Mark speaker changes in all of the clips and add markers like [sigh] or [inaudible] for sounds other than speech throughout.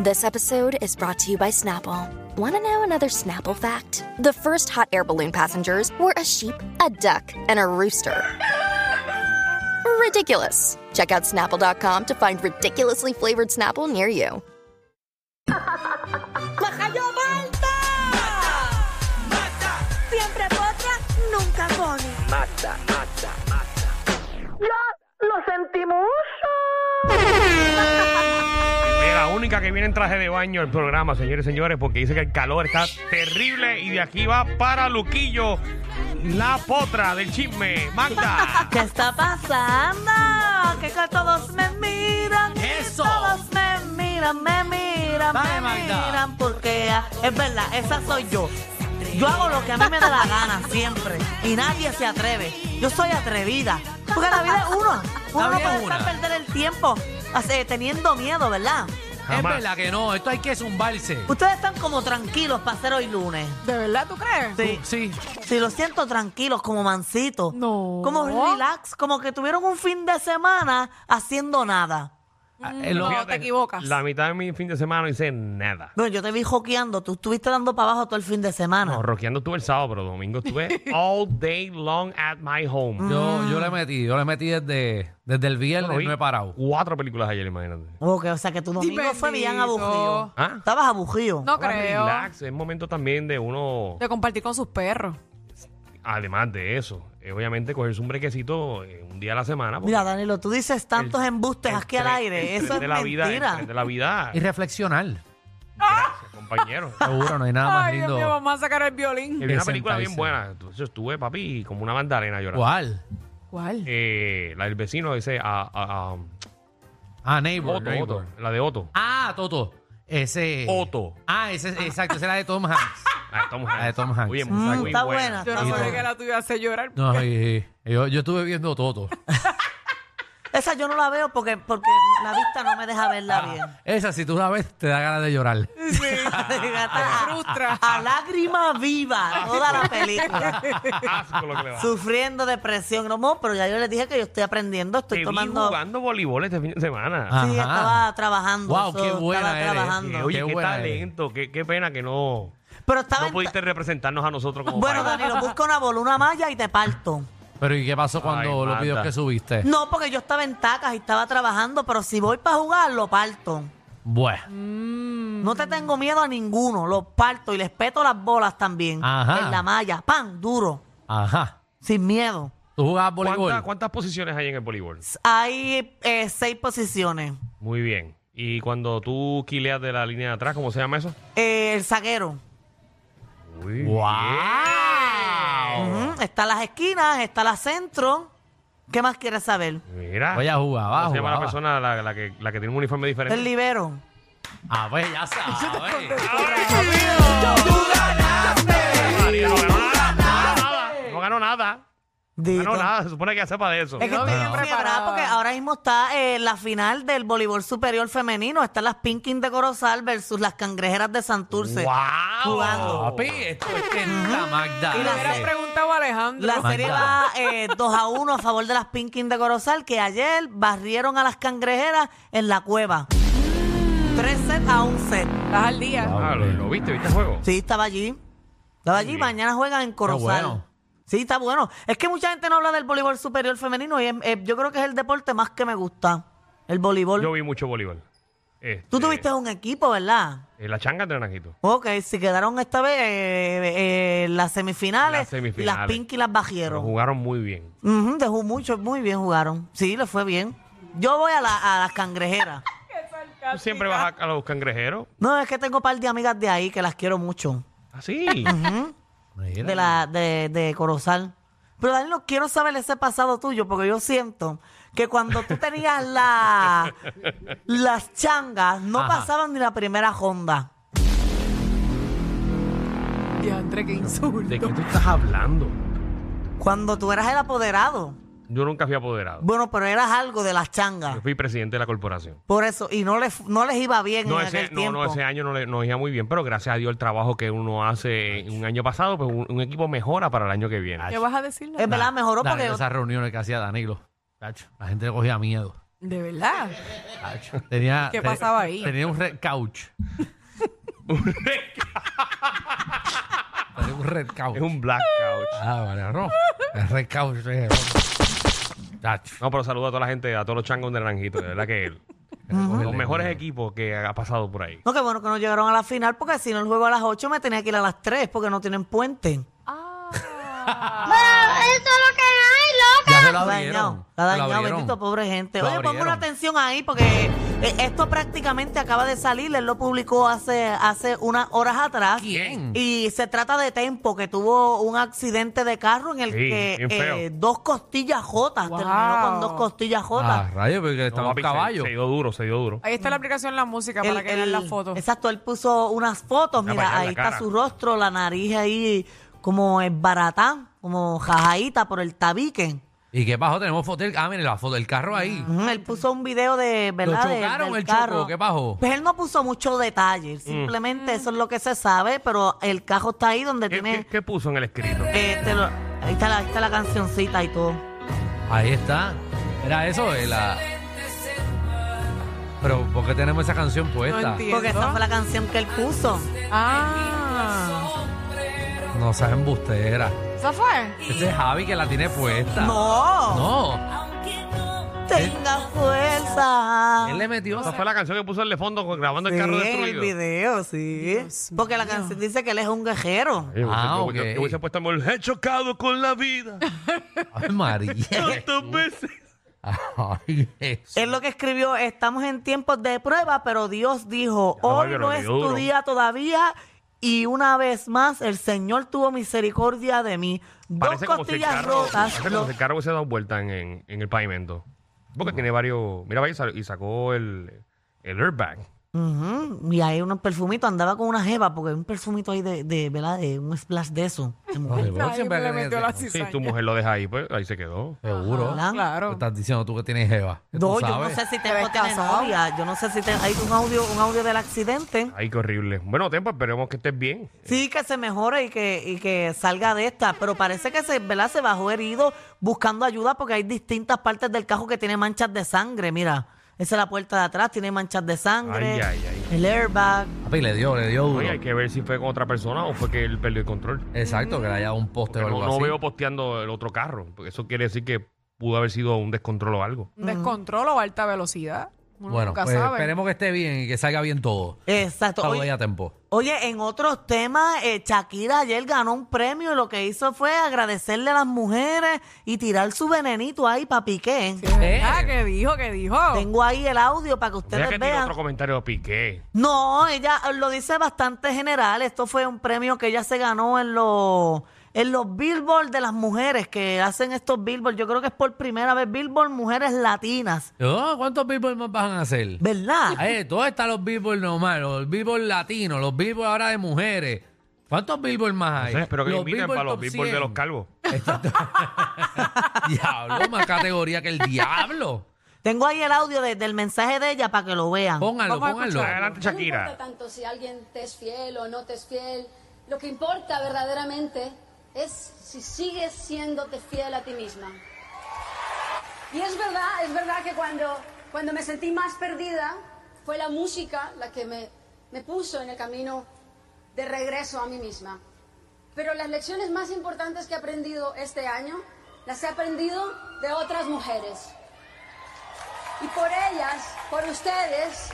Speaker 1: This episode is brought to you by Snapple. Want to know another Snapple fact? The first hot air balloon passengers were a sheep, a duck, and a rooster. Ridiculous. Check out snapple.com to find ridiculously flavored Snapple near you.
Speaker 2: ¡Majayo Malta! Siempre potra, nunca pone.
Speaker 3: Mira, la única que viene en traje de baño el programa, señores y señores, porque dice que el calor está terrible y de aquí va para Luquillo, la potra del chisme, Magda.
Speaker 2: ¿Qué está pasando? Que con todos me miran.
Speaker 4: Eso.
Speaker 2: Todos me miran, me miran,
Speaker 4: Dale,
Speaker 2: me
Speaker 4: Magda.
Speaker 2: miran. Porque ah, es verdad, esa soy yo. Yo hago lo que a mí me da la gana siempre. Y nadie se atreve. Yo soy atrevida. Porque la vida es uno. Uno
Speaker 4: La
Speaker 2: no
Speaker 4: vida
Speaker 2: puede
Speaker 4: es
Speaker 2: estar
Speaker 4: una.
Speaker 2: perder el tiempo eh, teniendo miedo, ¿verdad?
Speaker 3: Jamás.
Speaker 4: Es verdad que no, esto hay que zumbarse.
Speaker 2: Ustedes están como tranquilos para hacer hoy lunes.
Speaker 5: ¿De verdad tú crees?
Speaker 2: Sí.
Speaker 4: Sí,
Speaker 2: Sí, los siento tranquilos, como mancitos.
Speaker 5: No.
Speaker 2: Como relax, como que tuvieron un fin de semana haciendo nada.
Speaker 4: eh, lo-
Speaker 5: No, te equivocas.
Speaker 3: La mitad de mi fin de semana no hice nada.
Speaker 2: Bueno, yo te vi joqueando, tú estuviste dando para abajo todo el fin de semana.
Speaker 3: No, roqueando estuve el sábado, pero domingo
Speaker 5: [laughs]
Speaker 3: estuve all day long at my
Speaker 5: Mm.
Speaker 3: home.
Speaker 4: yo, yo le metí, yo le metí desde, desde el viernes,
Speaker 3: Bueno,
Speaker 4: no he
Speaker 3: vi
Speaker 4: parado.
Speaker 3: Cuatro películas ayer, imagínate.
Speaker 2: Ok, o sea que tu domingo
Speaker 5: Di
Speaker 2: fue bien
Speaker 5: bendito.
Speaker 2: aburrido.
Speaker 3: ¿Ah?
Speaker 2: Estabas aburrido.
Speaker 5: No creo.
Speaker 3: Relax, es momento también de uno,
Speaker 5: De compartir con sus perros.
Speaker 3: además de eso, eh, obviamente cogerse un brequecito eh, un día a la semana. porque
Speaker 2: Mira, Danilo, tú dices tantos embustes
Speaker 3: el
Speaker 2: aquí al
Speaker 3: tren-
Speaker 2: aire.
Speaker 3: el
Speaker 2: Eso
Speaker 3: tren
Speaker 2: es
Speaker 3: de la vida, el
Speaker 2: mentira.
Speaker 3: tren de la
Speaker 4: [laughs]
Speaker 3: vida,
Speaker 4: Y reflexionar. [laughs]
Speaker 3: compañero.
Speaker 4: Seguro,
Speaker 5: [laughs]
Speaker 4: no hay nada más
Speaker 5: Ay, Dios
Speaker 4: lindo.
Speaker 5: mío, vamos a sacar el violín.
Speaker 3: Y vi una película
Speaker 4: sentarse.
Speaker 3: bien buena. Entonces estuve, papi, como una bandalena llorando.
Speaker 4: ¿Cuál?
Speaker 5: ¿Cuál?
Speaker 3: Eh, la del vecino, ese, a, a- a-
Speaker 4: Ah, Neighbor.
Speaker 3: Otto,
Speaker 4: Neighbor.
Speaker 3: Otto, la de Otto.
Speaker 4: Ah, Toto. Ese.
Speaker 3: Otto.
Speaker 4: Ah, ese, exacto, esa es la de Tom Hanks.
Speaker 3: La de Tom Hanks.
Speaker 4: La de Tom Hanks.
Speaker 3: Oye,
Speaker 4: Mm,
Speaker 3: muy
Speaker 2: está buena,
Speaker 5: Yo
Speaker 2: está
Speaker 5: no
Speaker 4: Y
Speaker 5: sabía
Speaker 4: no.
Speaker 5: que la tuya hace llorar.
Speaker 4: No, y- y- yo, yo estuve viendo Toto.
Speaker 2: Esa yo no la veo porque, porque la vista no me deja verla
Speaker 3: Ah.
Speaker 2: bien.
Speaker 4: Esa, si tú la ves, te da ganas de llorar.
Speaker 2: [laughs]
Speaker 5: Sí.
Speaker 2: Gata,
Speaker 5: frustra.
Speaker 2: A lágrima viva toda la
Speaker 5: [laughs]
Speaker 2: película.
Speaker 3: Asco lo que le da.
Speaker 2: Sufriendo depresión, no, mo, pero ya yo les dije que yo estoy aprendiendo, estoy
Speaker 3: Te vi
Speaker 2: tomando.
Speaker 3: jugando voleibol este fin de semana.
Speaker 4: Ah.
Speaker 2: Sí,
Speaker 4: Ajá.
Speaker 2: estaba trabajando.
Speaker 4: Guau,
Speaker 2: so,
Speaker 4: qué buena
Speaker 2: Estaba
Speaker 4: eres.
Speaker 3: Eh,
Speaker 2: trabajando.
Speaker 3: oye,
Speaker 4: Qué
Speaker 3: qué,
Speaker 4: buena eres.
Speaker 3: talento. Qué, qué pena que no,
Speaker 2: Pero estaba
Speaker 3: no
Speaker 2: en-
Speaker 3: pudiste representarnos a nosotros como
Speaker 2: Bueno,
Speaker 3: país.
Speaker 2: Danilo, busca una bola, una malla y te parto.
Speaker 4: Pero ¿y qué pasó
Speaker 3: Ay,
Speaker 4: cuando los
Speaker 3: Magda.
Speaker 4: videos que subiste?
Speaker 2: No, porque yo estaba en tacas y estaba trabajando, pero si voy para jugar, lo parto.
Speaker 4: Bueno,
Speaker 2: No te tengo miedo a ninguno, lo parto y les peto las bolas también.
Speaker 4: Ajá.
Speaker 2: En la malla, pan, duro,
Speaker 4: ajá.
Speaker 2: sin miedo.
Speaker 4: ¿Tú jugabas voleibol?
Speaker 3: ¿Cuántas, ¿Cuántas posiciones hay en el voleibol?
Speaker 2: Hay eh, seis posiciones.
Speaker 3: Muy bien. Y cuando tú quileas de la línea de atrás, ¿cómo se llama eso?
Speaker 2: Eh, el zaguero.
Speaker 3: Uy,
Speaker 4: ¡Wow!
Speaker 2: Ujú, Están las esquinas, está la centro. ¿Qué más quieres saber?
Speaker 3: Mira.
Speaker 4: Oye, Pues jugaba,
Speaker 3: ¿Cómo se llama la
Speaker 4: jugaba.
Speaker 3: persona la, la que, la que tiene un uniforme diferente?
Speaker 2: El libero.
Speaker 4: Ah,
Speaker 2: [laughs]
Speaker 4: pues ya sabes.
Speaker 3: ¡Ah, María, no ganó nada. No ganó nada. No ganó
Speaker 2: Dito.
Speaker 3: nada. Se supone que ya sepa de eso.
Speaker 2: Es que
Speaker 5: No,
Speaker 2: estoy
Speaker 5: no.
Speaker 2: bien preparada
Speaker 5: Preparada.
Speaker 2: porque ahora mismo está eh, la final del voleibol superior femenino. Están las Pinkins de Corozal versus las cangrejeras de Santurce.
Speaker 3: ¡Wow!
Speaker 2: Jugando.
Speaker 4: Papi, esto es tenta, Magda.
Speaker 2: Y la
Speaker 5: Le hubiera
Speaker 2: sé.
Speaker 5: preguntado a Alejandro.
Speaker 2: La serie va
Speaker 4: God.
Speaker 2: eh, 2 a 1 a favor de las Pinkins de Corozal que ayer barrieron a las cangrejeras en la cueva. 3 sets a 1 set.
Speaker 5: Estás al día.
Speaker 3: Ah, lo, lo viste, viste el juego.
Speaker 2: Sí, estaba allí. Estaba allí.
Speaker 3: bien.
Speaker 2: Mañana juegan en Corozal.
Speaker 4: bueno.
Speaker 2: Sí, está bueno. Es que mucha gente no habla del voleibol superior femenino y es- eh, yo creo que es el deporte más que me gusta. El voleibol.
Speaker 3: Yo vi mucho voleibol. Este,
Speaker 2: Tú tuviste un equipo, ¿verdad?
Speaker 3: eh, la changa de Naranjito.
Speaker 2: Ok, si quedaron esta vez eh, eh, las semifinales,
Speaker 3: Las semifinales.
Speaker 2: las Pinky las
Speaker 3: Pero
Speaker 2: bajaron.
Speaker 3: jugaron muy bien.
Speaker 2: Ujú, dejó mucho, muy bien jugaron. Sí, le fue bien. Yo voy a, la- a las cangrejeras.
Speaker 3: Tú siempre vas a, a los cangrejeros. ¿Ah,
Speaker 2: no, es que tengo un par de amigas de ahí que las quiero mucho,
Speaker 3: Así.
Speaker 4: Mira.
Speaker 2: de, la, de, de Corozal. Pero Danilo, quiero saber ese pasado tuyo, porque yo siento que cuando tú
Speaker 3: [laughs]
Speaker 2: tenías la, las changas, no
Speaker 4: Ajá.
Speaker 2: pasaban ni la primera ronda.
Speaker 5: Diandre, qué
Speaker 3: ¿De
Speaker 5: insulto.
Speaker 3: qué tú estás hablando?
Speaker 2: Cuando tú eras el apoderado.
Speaker 3: Yo nunca fui apoderado.
Speaker 2: Bueno, pero eras algo de las changas.
Speaker 3: Yo fui presidente de la corporación.
Speaker 2: Por eso, y no les, no les iba bien
Speaker 3: No
Speaker 2: en
Speaker 3: ese,
Speaker 2: aquel
Speaker 3: no, no,
Speaker 2: tiempo.
Speaker 3: ese año no le no iba muy bien, pero gracias a Dios el trabajo que uno hace un año pasado, pues un, un equipo mejora para el año que viene.
Speaker 5: ¿Qué vas a decirle?
Speaker 2: es verdad, mejoró
Speaker 4: Danilo,
Speaker 2: porque
Speaker 4: esas reuniones que hacía Danilo. tacho, La gente le cogía miedo.
Speaker 5: De verdad.
Speaker 4: Cacho. Tenía,
Speaker 5: ¿Qué
Speaker 4: ten-
Speaker 5: pasaba ahí?
Speaker 4: Tenía un red couch. tenía un red
Speaker 3: [laughs]
Speaker 4: couch.
Speaker 3: Es un black couch.
Speaker 4: Ah, vale, no. El red couch. eh, no. Chacho.
Speaker 3: No, pero saludo a toda la gente, a todos los changos de Naranjito. De verdad que
Speaker 4: [laughs]
Speaker 3: los mejores equipos que ha pasado por ahí.
Speaker 2: No, que bueno que no llegaron a la final porque si no el juego a las 8 me tenía que ir a las 3 porque no tienen puente.
Speaker 4: Ya se lo
Speaker 2: La
Speaker 4: abrieron.
Speaker 2: dañado, la
Speaker 4: se lo
Speaker 2: dañado,
Speaker 4: abrieron.
Speaker 2: bendito, pobre gente.
Speaker 4: Lo
Speaker 2: Oye, ponme una
Speaker 4: abrieron.
Speaker 2: atención ahí porque eh, esto prácticamente acaba de salir. Él lo publicó hace, hace unas horas atrás.
Speaker 4: ¿Quién?
Speaker 2: Y se trata de Tempo, que tuvo un accidente de carro en el
Speaker 3: Sí,
Speaker 2: que
Speaker 3: bien feo.
Speaker 2: eh, dos costillas jotas,
Speaker 5: Wow.
Speaker 2: terminó con dos costillas jotas.
Speaker 4: Ah, rayos, porque
Speaker 3: No,
Speaker 4: estaba
Speaker 3: papi,
Speaker 4: un
Speaker 3: se-
Speaker 4: caballo.
Speaker 3: Se, dio duro, se dio duro.
Speaker 5: Ahí
Speaker 2: Mm.
Speaker 5: está la aplicación La Música para
Speaker 2: Él-
Speaker 5: que vean
Speaker 2: él-
Speaker 5: las fotos.
Speaker 2: Exacto, él puso unas fotos,
Speaker 3: Mira
Speaker 2: mira,
Speaker 3: para allá
Speaker 2: ahí
Speaker 3: la
Speaker 2: está
Speaker 3: cara.
Speaker 2: su rostro, la nariz ahí como baratán, como jajaíta por el tabique.
Speaker 4: ¿Y qué pasó? Tenemos foto. del- Ah, miren la foto del carro ahí.
Speaker 2: Ujú, Él puso un video de, ¿verdad?
Speaker 4: ¿Lo
Speaker 2: de-
Speaker 4: chocaron
Speaker 2: del
Speaker 4: el choco?
Speaker 2: carro.
Speaker 4: ¿Qué pasó?
Speaker 2: Pues él no puso mucho detalle, él simplemente eso es lo que se sabe, pero el carro está ahí donde
Speaker 3: ¿Qué,
Speaker 2: tiene...
Speaker 3: qué- qué puso en el escrito?
Speaker 2: eh, te lo- ahí, está la, ahí está la cancioncita y todo.
Speaker 4: Ahí está. Era eso, eh, la... Pero, ¿por qué tenemos esa canción
Speaker 5: No
Speaker 4: puesta?
Speaker 5: entiendo.
Speaker 2: Porque esa fue la canción que él puso.
Speaker 5: Ah.
Speaker 4: No seas embustera.
Speaker 5: ¿Esa fue?
Speaker 4: Ese Este es Javi que la tiene puesta.
Speaker 2: No,
Speaker 4: No,
Speaker 2: tenga fuerza.
Speaker 4: él le metió.
Speaker 3: Esa fue la canción que puso el de fondo con- grabando el
Speaker 2: Sí,
Speaker 3: carro
Speaker 2: en el
Speaker 3: destruido.
Speaker 2: video, sí. Porque la canción dice que él es un guerrero.
Speaker 3: Yo hubiese-
Speaker 4: Ah,
Speaker 3: yo- yo-
Speaker 4: ok.
Speaker 3: yo hubiese puesto el he chocado con la
Speaker 2: [laughs]
Speaker 3: vida
Speaker 4: Ay, María.
Speaker 3: tantas veces.
Speaker 4: Ay, Jesús.
Speaker 2: Es lo que escribió, estamos en tiempos de prueba, pero Dios dijo,
Speaker 3: Ya,
Speaker 2: hoy
Speaker 3: Mario,
Speaker 2: no
Speaker 3: le
Speaker 2: es
Speaker 3: dio
Speaker 2: tu
Speaker 3: duro.
Speaker 2: día todavía. Y una vez más, el Señor tuvo misericordia de mí. Dos
Speaker 3: Parece como si el
Speaker 2: costillas
Speaker 3: carro,
Speaker 2: rotas.
Speaker 3: parece como
Speaker 2: lo-
Speaker 3: si el carro hubiese dado vuelta en, en- en el pavimento. Porque tiene varios. Mira, vaya y sal- y sacó el, el airbag.
Speaker 2: Ujú, Y ahí unos perfumitos, andaba con una jeva, porque hay un perfumito ahí de, de, ¿verdad? De un splash de eso. de mujer,
Speaker 4: Ay, vos
Speaker 5: Ay,
Speaker 4: siempre
Speaker 5: me le
Speaker 4: tenés
Speaker 5: metió
Speaker 4: ese-
Speaker 5: la
Speaker 3: Si
Speaker 5: cizaña.
Speaker 3: tu mujer lo deja ahí, pues ahí se quedó.
Speaker 4: Seguro.
Speaker 2: ¿verdad?
Speaker 4: Tú
Speaker 5: Claro.
Speaker 4: Estás diciendo tú que tienes Eva. que tú
Speaker 2: No, yo no
Speaker 4: sabes.
Speaker 2: sé si
Speaker 5: Pero
Speaker 2: tengo
Speaker 5: es casado.
Speaker 2: novia. Yo no sé si te- hay un audio, un audio del accidente.
Speaker 3: Ay, qué horrible. Bueno, Tempo, esperemos que estés bien.
Speaker 2: Sí, que se mejore y que, y que salga de esta, pero parece que se, ¿verdad? se bajó herido buscando ayuda porque hay distintas partes del cajo que tiene manchas de sangre, mira. Esa es la puerta de atrás, tiene manchas de sangre,
Speaker 3: Ay, ay, ay.
Speaker 2: el airbag.
Speaker 4: Papi, le dio, le dio duro.
Speaker 3: Oye, hay que ver si fue con otra persona o fue que él perdió el control.
Speaker 4: Exacto, que le haya dado un poste
Speaker 3: Porque
Speaker 4: o
Speaker 3: no,
Speaker 4: algo
Speaker 3: no
Speaker 4: así.
Speaker 3: veo posteando el otro carro. porque Eso quiere decir que pudo haber sido un descontrol o algo.
Speaker 5: Un Descontrol o alta velocidad. Uno
Speaker 4: Bueno,
Speaker 5: nunca
Speaker 4: pues
Speaker 5: sabe.
Speaker 4: esperemos que esté bien y que salga bien todo.
Speaker 2: Exacto.
Speaker 4: Todo
Speaker 2: Oye,
Speaker 4: ya tiempo.
Speaker 2: oye, en otros temas, eh, Shakira ayer ganó un premio y lo que hizo fue agradecerle a las mujeres y tirar su venenito ahí para Piqué.
Speaker 4: ¿Eh?
Speaker 5: Ah, ¿qué dijo? ¿Qué dijo?
Speaker 2: Tengo ahí el audio para que
Speaker 3: Deja
Speaker 2: ustedes
Speaker 3: que tiene
Speaker 2: vean.
Speaker 3: otro comentario a Piqué.
Speaker 2: No, ella eh, lo dice bastante general. Esto fue un premio que ella se ganó en los en los Billboard de las mujeres que hacen estos Billboard. Yo creo que es por primera vez Billboard mujeres latinas,
Speaker 4: Oh, ¿Cuántos billboards más van a hacer? [laughs]
Speaker 2: ¿verdad?
Speaker 4: Eh, todos están los billboards normales, los billboards latinos, los billboards ahora de mujeres. ¿Cuántos billboards más hay?
Speaker 3: Entonces, espero que lo inviten para los
Speaker 4: top
Speaker 3: billboards de
Speaker 4: 100.
Speaker 3: los calvos. [laughs]
Speaker 4: Diablo, más categoría que el diablo.
Speaker 2: Tengo ahí el audio de- del mensaje de ella para que lo vean.
Speaker 5: Oh,
Speaker 4: Pónganlo,
Speaker 5: Vamos a
Speaker 4: pónganlo.
Speaker 5: escuchar.
Speaker 3: Adelante,
Speaker 6: No importa
Speaker 3: Shakira.
Speaker 6: tanto si alguien te es fiel o no te es fiel. Lo que importa verdaderamente es si sigues siéndote fiel a ti misma. Y es verdad, es verdad que cuando, cuando me sentí más perdida, fue la música la que me, me puso en el camino de regreso a mí misma. Pero las lecciones más importantes que he aprendido este año, las he aprendido de otras mujeres. Y por ellas, por ustedes,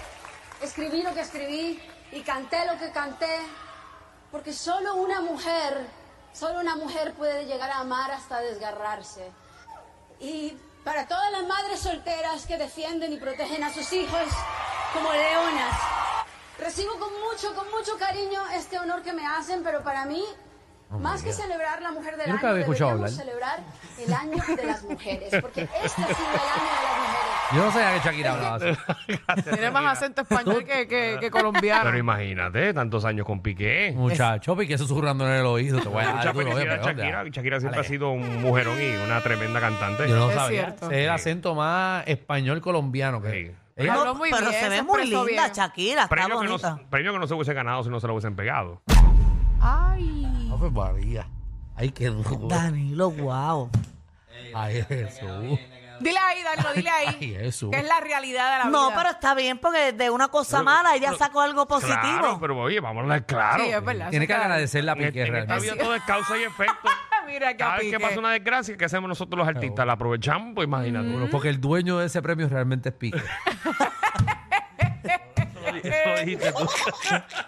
Speaker 6: escribí lo que escribí y canté lo que canté, porque solo una mujer, solo una mujer puede llegar a amar hasta desgarrarse. Y para todas las madres solteras que defienden y protegen a sus hijos como leonas, recibo con mucho, con mucho cariño este honor que me hacen, pero para mí, más que celebrar la mujer del
Speaker 4: Yo Oh, nunca
Speaker 6: año,
Speaker 4: había escuchado
Speaker 6: deberíamos
Speaker 4: hablar.
Speaker 6: celebrar el año de las mujeres, porque
Speaker 4: [laughs]
Speaker 6: este ha sido el año de las mujeres.
Speaker 4: Yo no sabía que Shakira
Speaker 3: [laughs]
Speaker 4: hablaba así.
Speaker 5: Tiene más acento español que, que, que colombiano.
Speaker 3: Pero imagínate, tantos años con Piqué.
Speaker 4: Muchacho, pique eso susurrando en el oído. Te voy a
Speaker 3: Mucha
Speaker 4: dar duro, oye,
Speaker 3: felicidad,
Speaker 4: pero ¿dónde?
Speaker 3: Shakira. Shakira siempre
Speaker 4: Dale.
Speaker 3: ha sido un mujerón y una tremenda cantante.
Speaker 4: Yo no
Speaker 5: Es
Speaker 4: sabía.
Speaker 5: cierto.
Speaker 4: Ese Es el acento más español colombiano que.
Speaker 3: Sí.
Speaker 4: Ella-
Speaker 5: Habló muy
Speaker 2: pero
Speaker 5: bien,
Speaker 2: se ve
Speaker 5: se
Speaker 2: muy
Speaker 5: expresó
Speaker 2: linda,
Speaker 5: bien.
Speaker 2: Shakira, está
Speaker 3: Premio que, no,
Speaker 2: bonita.
Speaker 3: premio que no se hubiesen ganado si no se lo hubiesen pegado.
Speaker 5: Ay.
Speaker 4: Ave María. Ay, qué duro.
Speaker 2: Danilo, wow.
Speaker 4: Ay, Jesús.
Speaker 5: Dile ahí, Danilo, dile ahí.
Speaker 4: Ay, Jesús.
Speaker 5: Que es la realidad de la
Speaker 2: No,
Speaker 5: vida.
Speaker 2: pero está bien porque de una cosa
Speaker 3: Pero-
Speaker 2: mala ella
Speaker 3: pero-
Speaker 2: sacó algo positivo.
Speaker 3: Claro, pues. pero oye, vamos a hablar claro.
Speaker 5: Sí, es verdad.
Speaker 4: Tiene
Speaker 5: eso
Speaker 4: que
Speaker 5: está-
Speaker 4: agradecer la
Speaker 3: En este-
Speaker 4: pique
Speaker 3: en esta vida
Speaker 4: realmente.
Speaker 3: todo es causa y efecto.
Speaker 5: Mira que a
Speaker 3: Cada vez
Speaker 5: pique.
Speaker 3: que pasa una desgracia, ¿qué hacemos nosotros los artistas? ¿La aprovechamos? Pues imagínate.
Speaker 4: Bueno, Porque el dueño de ese premio realmente es pique.
Speaker 3: Eso dijiste tú.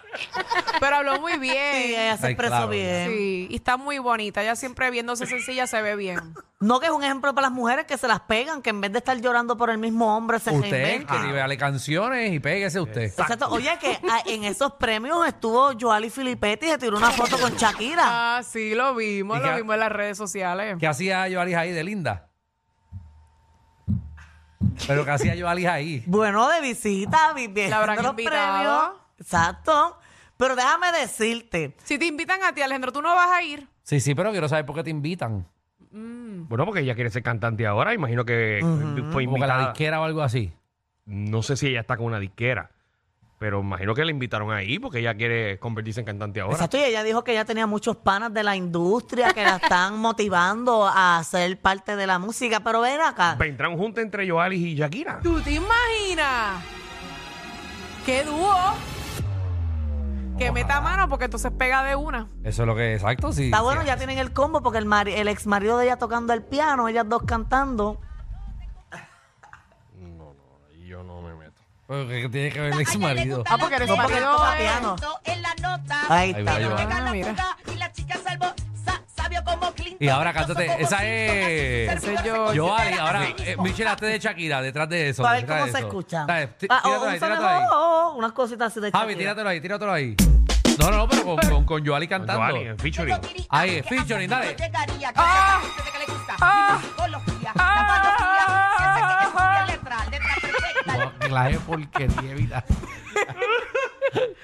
Speaker 5: [laughs] Pero habló muy
Speaker 2: Sí,
Speaker 5: bien.
Speaker 2: ella se
Speaker 4: Ay,
Speaker 2: expresó
Speaker 4: claro,
Speaker 2: bien.
Speaker 5: Sí, y está muy bonita. Ella siempre viéndose sencilla se ve bien.
Speaker 2: No que es un ejemplo para las mujeres que se las pegan, que en vez de estar llorando por el mismo hombre, se
Speaker 4: usted,
Speaker 2: reinventan.
Speaker 4: escríbale canciones y péguese usted.
Speaker 2: Exacto. Oye, que ah, en esos premios estuvo Joali Filippetti y se tiró una foto con Shakira.
Speaker 5: Ah, sí, lo vimos,
Speaker 4: ¿Y
Speaker 5: lo
Speaker 4: qué ha-
Speaker 5: vimos en las redes sociales.
Speaker 4: ¿Qué hacía yo ahí de linda? Pero ¿qué hacía yo ahí?
Speaker 2: Bueno, de visita, vi- viendo
Speaker 5: habrán
Speaker 2: los
Speaker 5: invitado?
Speaker 2: premios. Exacto. Pero déjame decirte,
Speaker 5: Si te invitan a ti, Alejandro, tú no vas a ir.
Speaker 4: Sí, sí, pero quiero saber por qué te invitan.
Speaker 3: Bueno, porque ella quiere ser cantante ahora. Imagino que fue
Speaker 4: Como que la
Speaker 3: invitada.
Speaker 4: disquera o algo así.
Speaker 3: No sé si ella está con una disquera, pero imagino que la invitaron ahí porque ella quiere convertirse en cantante ahora.
Speaker 2: exacto, y ella dijo que ella tenía muchos panas de la industria que
Speaker 5: [laughs]
Speaker 2: la están motivando a ser parte de la música. Pero ven
Speaker 5: Ah.
Speaker 2: acá.
Speaker 3: Vendrán juntos entre Joalis y Shakira.
Speaker 5: ¿Tú te imaginas? ¡Qué dúo! Que meta mano porque entonces pega de una.
Speaker 4: Eso es lo que exacto, sí.
Speaker 2: Está bueno,
Speaker 4: sí.
Speaker 2: ya tienen el combo porque el, mari- el ex marido de ella tocando el piano, ellas dos cantando.
Speaker 3: Yo no me meto.
Speaker 4: Pero que tiene
Speaker 2: [laughs]
Speaker 4: que ver el ex
Speaker 7: A ella le
Speaker 4: marido.
Speaker 7: gusta
Speaker 5: Ah, porque
Speaker 7: la
Speaker 5: eres
Speaker 7: chica
Speaker 2: marido,
Speaker 7: con
Speaker 2: ah. piano.
Speaker 7: talento En la nota.
Speaker 2: Ahí
Speaker 4: Ahí
Speaker 2: está.
Speaker 4: va, ahí va.
Speaker 7: Llega
Speaker 5: Ah,
Speaker 7: la
Speaker 5: mira.
Speaker 7: fuga y la chica salvo, sa- sabio como Clinton.
Speaker 4: Y ahora cántate,
Speaker 7: Como
Speaker 4: esa
Speaker 7: Clinton,
Speaker 4: es-
Speaker 7: así su
Speaker 5: Ese
Speaker 7: servidor
Speaker 5: yo-
Speaker 7: se
Speaker 4: Yo
Speaker 7: considera
Speaker 4: ahí, ahora,
Speaker 7: a sí mismo.
Speaker 4: eh, Michelle, hazte de Shakira detrás de eso.
Speaker 2: Para ver
Speaker 4: detrás
Speaker 2: cómo
Speaker 4: de
Speaker 2: se
Speaker 4: eso.
Speaker 2: escucha.
Speaker 4: Dale, tí-
Speaker 2: Ah, o
Speaker 4: tíratelo
Speaker 2: un
Speaker 4: ahí,
Speaker 2: sonido,
Speaker 4: tíratelo ahí.
Speaker 2: oh, oh, unas cositas así de
Speaker 4: Javi,
Speaker 2: Shakira.
Speaker 4: tíratelo ahí, tíratelo ahí. No, no, no, pero con, con, con Yoali cantando.
Speaker 3: Joalis en featuring.
Speaker 7: Yo diría
Speaker 4: Ahí,
Speaker 7: que
Speaker 4: featuring,
Speaker 7: hasta
Speaker 4: dale.
Speaker 7: yo llegaría, que
Speaker 5: Ah.
Speaker 7: esa gente que le gusta,
Speaker 5: Ah.
Speaker 7: mi psicología, la
Speaker 5: Ah.
Speaker 7: patología, esa que estudia letra, letra perfecta,
Speaker 4: No, clase
Speaker 2: [laughs]
Speaker 4: porquería, vida.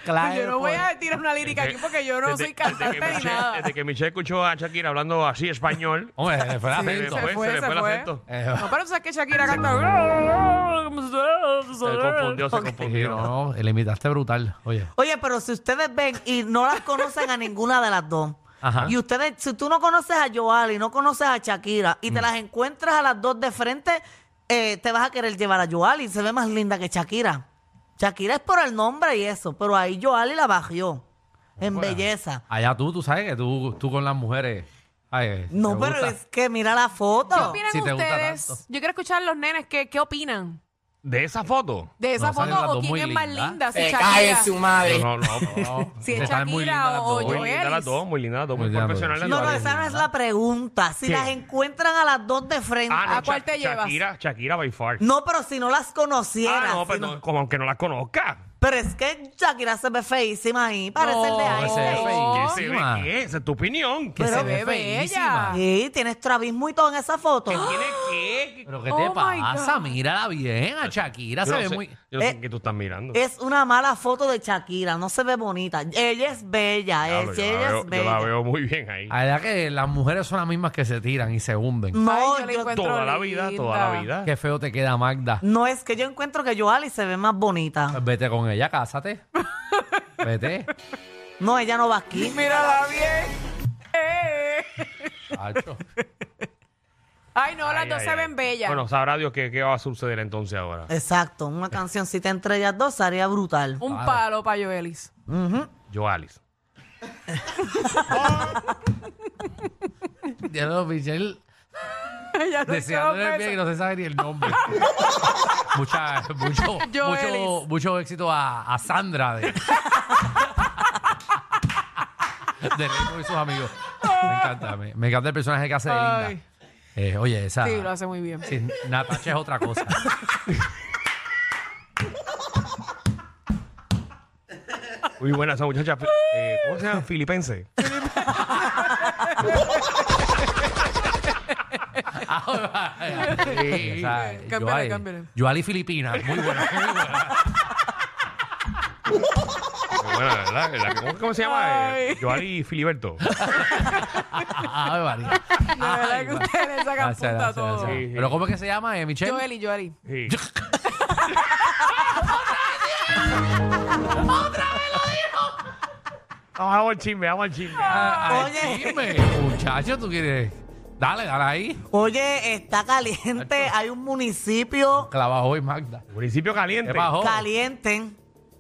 Speaker 5: Pues yo no voy
Speaker 4: porquería.
Speaker 5: a tirar una lírica aquí porque yo no
Speaker 3: Desde-
Speaker 5: soy
Speaker 3: desde
Speaker 5: cantante ni
Speaker 3: que Michelle-
Speaker 5: nada.
Speaker 3: Desde que Michelle escuchó a Shakira hablando así español, eh,
Speaker 4: Hombre, se le fue el
Speaker 5: Sí,
Speaker 4: acento.
Speaker 5: [laughs] se fue, [laughs] se
Speaker 3: el
Speaker 5: fue.
Speaker 3: acento.
Speaker 4: Eh,
Speaker 5: No, pero tú sabes que Shakira canta.
Speaker 3: Se confundió, se
Speaker 4: sí,
Speaker 3: confundió.
Speaker 4: no, le imitaste brutal. Oye.
Speaker 2: Oye, pero si ustedes ven y no las conocen a ninguna de las dos.
Speaker 4: Ajá.
Speaker 2: Y ustedes, si tú no conoces a Joali, no conoces a Shakira y te
Speaker 4: Mm.
Speaker 2: las encuentras a las dos de frente, eh, te vas a querer llevar a Joali. Se ve más linda que Shakira. Shakira es por el nombre y eso, pero ahí Joali la bajó en
Speaker 4: Bueno,
Speaker 2: belleza.
Speaker 4: Allá tú, tú sabes que tú, tú con las mujeres. ay, eh,
Speaker 2: No,
Speaker 4: te
Speaker 2: pero
Speaker 4: gusta.
Speaker 2: es que mira la foto.
Speaker 5: ¿Qué opinan
Speaker 4: Si te gusta
Speaker 5: ustedes?
Speaker 4: tanto.
Speaker 5: Yo quiero escuchar a los nenes. ¿Qué, qué opinan?
Speaker 3: De esa foto.
Speaker 5: ¿De esa
Speaker 4: No, salen las
Speaker 5: foto o
Speaker 4: dos muy
Speaker 5: quién es más
Speaker 4: lindas. Eh,
Speaker 5: linda? Si
Speaker 8: Se
Speaker 5: Shakira.
Speaker 8: cae su madre.
Speaker 3: No, no,
Speaker 5: [laughs]
Speaker 3: no.
Speaker 4: No,
Speaker 5: Si es
Speaker 4: están muy
Speaker 5: Shakira
Speaker 4: lindas las
Speaker 5: o-
Speaker 4: dos.
Speaker 5: o
Speaker 3: Muy linda
Speaker 5: Joelis.
Speaker 3: las dos, muy linda las dos, muy
Speaker 4: Muy linda,
Speaker 3: profesional las
Speaker 4: sí.
Speaker 2: No,
Speaker 3: dos.
Speaker 2: no, esa no es la pregunta. Si
Speaker 3: ¿Qué?
Speaker 2: las encuentran a las dos de frente.
Speaker 3: Ah, no,
Speaker 5: ¿A cuál
Speaker 3: Sha-
Speaker 5: te llevas?
Speaker 3: Shakira, Shakira by far.
Speaker 2: No, pero si no las
Speaker 3: ah,
Speaker 2: conocieras.
Speaker 3: no,
Speaker 2: si
Speaker 3: pero
Speaker 2: no-
Speaker 3: no, como aunque no la conozca.
Speaker 2: Pero es que Shakira se ve feísima ahí. Parece el de
Speaker 4: No,
Speaker 2: ahí.
Speaker 4: ese es
Speaker 5: No.
Speaker 3: ¿Qué se ve?
Speaker 4: feísima.
Speaker 3: ¿Qué? Esa es tu opinión.
Speaker 4: Que
Speaker 3: ¿Qué
Speaker 4: se
Speaker 5: Pero
Speaker 4: ve
Speaker 5: qué bella.
Speaker 4: feísima.
Speaker 2: Sí, tienes estrabismo y todo en esa foto.
Speaker 5: Pues,
Speaker 3: tiene qué?
Speaker 4: Pero ¿qué te
Speaker 5: Oh, my
Speaker 4: pasa?
Speaker 5: God.
Speaker 4: Mírala bien a Shakira.
Speaker 5: ah.
Speaker 3: Yo
Speaker 4: se
Speaker 3: no
Speaker 4: ve
Speaker 3: sé-
Speaker 4: muy...
Speaker 3: Yo no
Speaker 2: Eh,
Speaker 3: sé qué tú estás mirando.
Speaker 2: Es una mala foto de Shakira, no se ve bonita. Ella es bella,
Speaker 3: Diablo,
Speaker 2: es-
Speaker 3: yo, la
Speaker 2: ella
Speaker 3: veo,
Speaker 2: es
Speaker 3: yo
Speaker 2: bella.
Speaker 3: la veo muy bien ahí.
Speaker 4: La verdad que las mujeres son las mismas que se tiran y se hunden.
Speaker 5: Ay,
Speaker 2: No,
Speaker 5: yo la
Speaker 2: yo-
Speaker 5: encuentro
Speaker 3: Toda la vida, toda la
Speaker 5: linda.
Speaker 3: vida.
Speaker 4: Qué feo te queda Magda.
Speaker 2: no es que yo encuentro que Joali se ve más bonita.
Speaker 5: Mm.
Speaker 4: Pues vete con
Speaker 5: [laughs]
Speaker 4: ella, cásate. Vete.
Speaker 2: No, ella no va aquí.
Speaker 5: Mírala bien. Eh. [laughs]
Speaker 4: Chacho.
Speaker 5: Ay, no, las
Speaker 3: Ay,
Speaker 5: dos
Speaker 3: ay,
Speaker 5: se
Speaker 3: ay.
Speaker 5: ven bellas.
Speaker 3: Bueno, sabrá Dios qué, qué va a suceder entonces ahora.
Speaker 2: Exacto, una cancioncita entre ellas dos sería brutal.
Speaker 5: Un palo para Joelis.
Speaker 3: Yo, Alice.
Speaker 4: Ya lo Michelle
Speaker 5: [laughs] Ella no
Speaker 4: deseándole
Speaker 5: quedó
Speaker 4: el bien y no se sabe ni el nombre.
Speaker 5: [laughs]
Speaker 4: Mucha, mucho,
Speaker 5: Joelis.
Speaker 4: mucho, mucho éxito a, a
Speaker 5: [laughs]
Speaker 4: Sandra de, de Leno y sus amigos. Me encanta, me, me encanta el personaje que hace de
Speaker 5: Ah. Ay.
Speaker 4: Linda. Eh, oye, esa.
Speaker 5: Sí, lo hace muy bien.
Speaker 4: Sí, Natacha es
Speaker 5: [laughs]
Speaker 4: otra cosa.
Speaker 3: Muy buena esa muchacha. Eh, ¿Cómo
Speaker 5: [laughs]
Speaker 3: se llama? Filipense.
Speaker 4: Esa-
Speaker 5: Eh, cámbiale,
Speaker 4: Joali-
Speaker 5: cámbiale.
Speaker 4: Joali Filipina, muy buena,
Speaker 5: [laughs]
Speaker 4: muy buena.
Speaker 3: Muy buena, ¿verdad? ¿Verdad? ¿Cómo, cómo se llama?
Speaker 5: Ay.
Speaker 3: Eh, Joali Filiberto.
Speaker 4: Ay, María.
Speaker 5: De verdad
Speaker 4: Ay,
Speaker 5: que
Speaker 4: va.
Speaker 5: ustedes le sacan
Speaker 4: Gracias,
Speaker 5: punta a
Speaker 4: gracias,
Speaker 5: todo.
Speaker 4: gracias.
Speaker 3: Sí, sí.
Speaker 4: Pero ¿cómo es que se llama, eh, Michelle?
Speaker 5: Joeli, Joeli.
Speaker 3: [laughs] Sí. Vamos, vamos al chisme, vamos al chisme.
Speaker 4: Ah, ah,
Speaker 2: Oye.
Speaker 4: dime, muchacho, tú quieres. Dale, dale ahí.
Speaker 2: Oye, está caliente. Hay un municipio
Speaker 4: Que la bajó hoy, Magda.
Speaker 3: Municipio caliente.
Speaker 4: ¿Qué bajó?
Speaker 2: caliente.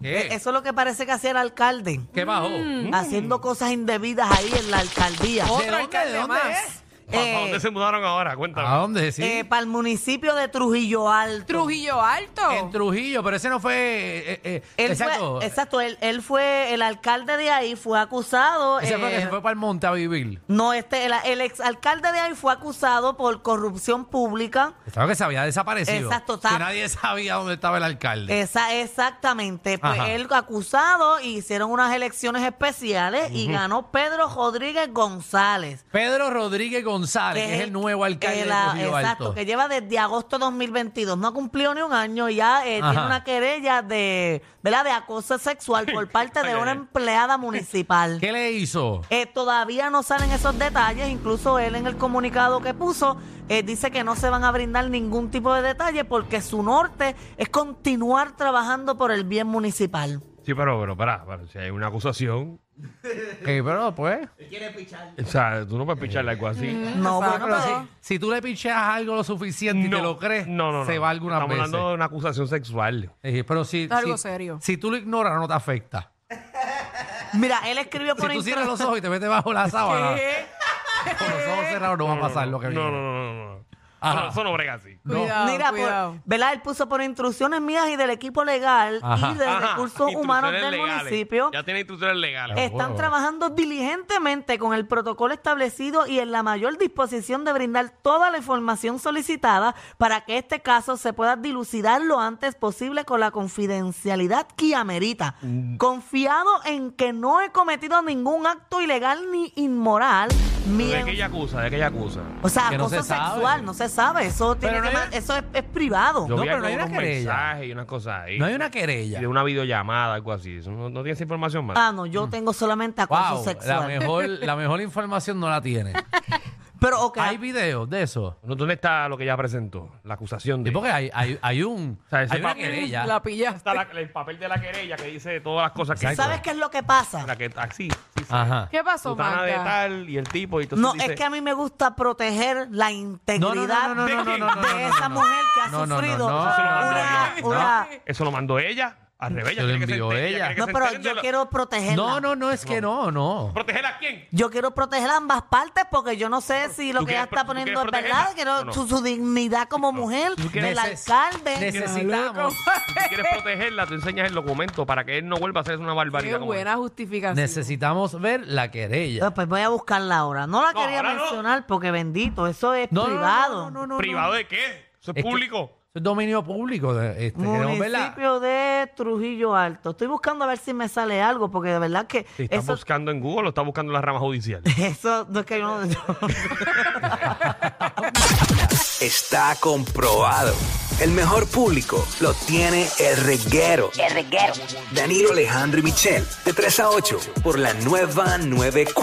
Speaker 4: ¿Qué?
Speaker 2: Eso es lo que parece que hacía el alcalde.
Speaker 4: ¿Qué bajó?
Speaker 2: Mm. Haciendo cosas indebidas ahí en la alcaldía.
Speaker 4: Mm. ¿De dónde? ¿De dónde es?
Speaker 3: ¿Para
Speaker 5: Eh.
Speaker 3: dónde se mudaron ahora? Cuéntame.
Speaker 4: ¿A dónde? Sí.
Speaker 2: para el municipio de Trujillo Alto.
Speaker 5: Trujillo Alto.
Speaker 4: en Trujillo, pero ese no fue. eh, eh, eh,
Speaker 2: Él
Speaker 4: exacto.
Speaker 2: Fue, exacto, él, él fue, el alcalde de ahí fue acusado.
Speaker 4: Ese fue
Speaker 2: eh,
Speaker 4: que se fue para el monte a vivir.
Speaker 2: No, este, el, el exalcalde de ahí fue acusado por corrupción pública.
Speaker 4: Estaba que se había desaparecido.
Speaker 2: Exacto,
Speaker 4: Que
Speaker 2: estaba-
Speaker 4: nadie sabía dónde estaba el alcalde.
Speaker 2: Esa, exactamente. Pues
Speaker 4: Ajá.
Speaker 2: él acusado y hicieron unas elecciones especiales y ganó Pedro Rodríguez González.
Speaker 4: Pedro Rodríguez González, que es el nuevo alcalde
Speaker 2: que
Speaker 4: de
Speaker 2: la-
Speaker 4: Trujillo
Speaker 2: Exacto,
Speaker 4: Alto.
Speaker 2: que lleva desde agosto 2022. No ha cumplido ni un año y ya. eh, tiene
Speaker 4: Ajá.
Speaker 2: una querella de, ¿verdad? de acoso sexual
Speaker 4: [laughs]
Speaker 2: por parte de una empleada municipal.
Speaker 4: ¿Qué le hizo?
Speaker 2: Eh, todavía no salen esos detalles, incluso él en el comunicado que puso eh, dice que no se van a brindar ningún tipo de detalle porque su norte es continuar trabajando por el bien municipal.
Speaker 3: Sí, pero, pero, pará, pará, si hay una acusación.
Speaker 4: Eh, pero pues.
Speaker 3: O sea, tú no puedes picharle algo así.
Speaker 5: Mm.
Speaker 2: No,
Speaker 5: Exacto.
Speaker 2: bueno, pero-
Speaker 5: Sí.
Speaker 4: Si tú le picheas algo lo suficiente y te lo crees,
Speaker 3: no, no,
Speaker 4: se
Speaker 3: no.
Speaker 4: va eh. algunas
Speaker 3: Estamos
Speaker 4: veces.
Speaker 3: hablando de una acusación sexual.
Speaker 4: Eh, pero si,
Speaker 5: Es algo
Speaker 4: si-
Speaker 5: serio.
Speaker 4: si tú lo ignoras, no te afecta.
Speaker 2: Mira, él escribió
Speaker 4: Si
Speaker 2: por
Speaker 4: tú
Speaker 2: instru-
Speaker 4: cierras los ojos y te metes bajo la sábana,
Speaker 5: ¿Qué?
Speaker 4: con los ojos cerrados no va a pasar lo que
Speaker 3: No,
Speaker 4: viene.
Speaker 3: no, no, no. no.
Speaker 4: Ajá.
Speaker 3: No, Eso no brega así.
Speaker 4: No.
Speaker 5: Cuidado,
Speaker 2: Mira, por-
Speaker 5: cuidado.
Speaker 2: ¿verdad? Él puso por instrucciones mías y del equipo legal
Speaker 4: Ajá.
Speaker 2: y de
Speaker 3: Ajá,
Speaker 2: recursos humanos
Speaker 3: instrucciones
Speaker 2: del
Speaker 3: legales.
Speaker 2: municipio.
Speaker 3: Ya tiene instrucciones legales.
Speaker 4: Eh,
Speaker 2: Están
Speaker 4: Wow.
Speaker 2: trabajando diligentemente con el protocolo establecido y en la mayor disposición de brindar toda la información solicitada para que este caso se pueda dilucidar lo antes posible con la confidencialidad que amerita.
Speaker 4: Mm.
Speaker 2: Confiado en que no he cometido ningún acto ilegal ni inmoral.
Speaker 3: Pero
Speaker 2: ni
Speaker 3: ¿De
Speaker 2: en-
Speaker 3: qué ella acusa? ¿De qué ella acusa?
Speaker 2: o sea,
Speaker 4: Que no
Speaker 2: acoso
Speaker 4: se sabe.
Speaker 2: sexual, no se sabe. Eso, tiene
Speaker 4: Pero
Speaker 2: que
Speaker 4: no hay-
Speaker 2: ma- eso es, es privado.
Speaker 3: Yo
Speaker 4: No,
Speaker 3: vi
Speaker 4: pero
Speaker 3: algo
Speaker 4: no hay
Speaker 3: de
Speaker 4: una
Speaker 3: unos
Speaker 4: querella.
Speaker 3: mensajes y unas cosas ahí.
Speaker 4: No hay una
Speaker 3: Y
Speaker 4: querella.
Speaker 3: de una videollamada, algo así. Eso no, no tiene esa información más.
Speaker 2: Ah, no, yo tengo solamente acoso
Speaker 4: Mm. Wow, la
Speaker 2: sexual.
Speaker 4: mejor, la mejor información no la tiene.
Speaker 2: Pero, ok,
Speaker 4: Hay videos de eso.
Speaker 3: No, ¿Dónde está lo que ella presentó? La acusación de.
Speaker 4: Sí, porque hay, hay, hay un.
Speaker 3: sea, ese
Speaker 4: hay una
Speaker 3: papel-
Speaker 4: querella.
Speaker 5: La pillaste.
Speaker 3: Está la- el papel de la querella que dice todas las cosas que hizo.
Speaker 2: ¿sabes qué es lo que pasa?
Speaker 3: La que ah, así.
Speaker 4: Ajá.
Speaker 5: ¿Qué pasó,
Speaker 3: Sutana de
Speaker 5: Magda?
Speaker 3: tal y el tipo. Y entonces
Speaker 2: No,
Speaker 3: dice,
Speaker 2: es que a mí me gusta proteger la
Speaker 4: No, no,
Speaker 2: integridad
Speaker 4: no, no, no, no, no, no, no,
Speaker 2: de
Speaker 4: no,
Speaker 2: esa
Speaker 4: no.
Speaker 2: mujer que ha
Speaker 4: No, no, no,
Speaker 2: sufrido
Speaker 4: no,
Speaker 3: Eso lo mando
Speaker 2: una...
Speaker 3: yo.
Speaker 2: una-
Speaker 3: Eso lo mandó ella. Al revés.
Speaker 4: Se lo
Speaker 3: quiere que
Speaker 4: envió
Speaker 3: entere-
Speaker 4: ella.
Speaker 3: quiere que
Speaker 2: No,
Speaker 3: se
Speaker 2: pero
Speaker 3: enteren de
Speaker 2: yo
Speaker 3: lo-
Speaker 2: quiero protegerla.
Speaker 4: No, no, no, es que no, no.
Speaker 3: ¿Proteger a
Speaker 2: [laughs]
Speaker 3: quién?
Speaker 2: Yo quiero proteger ambas partes porque yo no sé si lo
Speaker 3: ¿Tú
Speaker 2: que
Speaker 3: quieres
Speaker 2: ella
Speaker 3: pro-
Speaker 2: está
Speaker 3: tú
Speaker 2: poniendo
Speaker 3: quieres
Speaker 2: es verdad,
Speaker 3: protegerla?
Speaker 2: que no-
Speaker 3: No, no.
Speaker 2: Su, su dignidad como mujer, del
Speaker 4: Neces-
Speaker 2: alcalde.
Speaker 4: Necesitamos,
Speaker 3: Si quieres protegerla, tú enseñas el documento para que él no vuelva a hacer una
Speaker 5: Qué
Speaker 3: barbaridad. como
Speaker 5: buena justificación.
Speaker 4: necesitamos ver la
Speaker 2: Eh,
Speaker 4: querella.
Speaker 2: Pues voy a buscarla ahora. No la
Speaker 3: No,
Speaker 2: quería
Speaker 3: ahora no.
Speaker 2: mencionar porque bendito, eso es
Speaker 4: No, no, no,
Speaker 2: privado.
Speaker 4: no, no, no,
Speaker 3: esa.
Speaker 4: no.
Speaker 3: ¿Privado de qué? Eso es,
Speaker 4: Es que-
Speaker 3: público.
Speaker 4: Eso es dominio público. de- Este, queremos verla.
Speaker 2: Municipio de Trujillo Alto. Estoy buscando a ver si me sale algo, porque de verdad que
Speaker 3: Si está
Speaker 2: eso,
Speaker 3: buscando en Google, lo está buscando en la rama judicial.
Speaker 2: eso [laughs] no es que yo no-
Speaker 8: Está comprobado. El mejor público lo tiene el reguero. El reguero. Danilo Alejandro y Michel, de 3 a 8, por la nueva 9.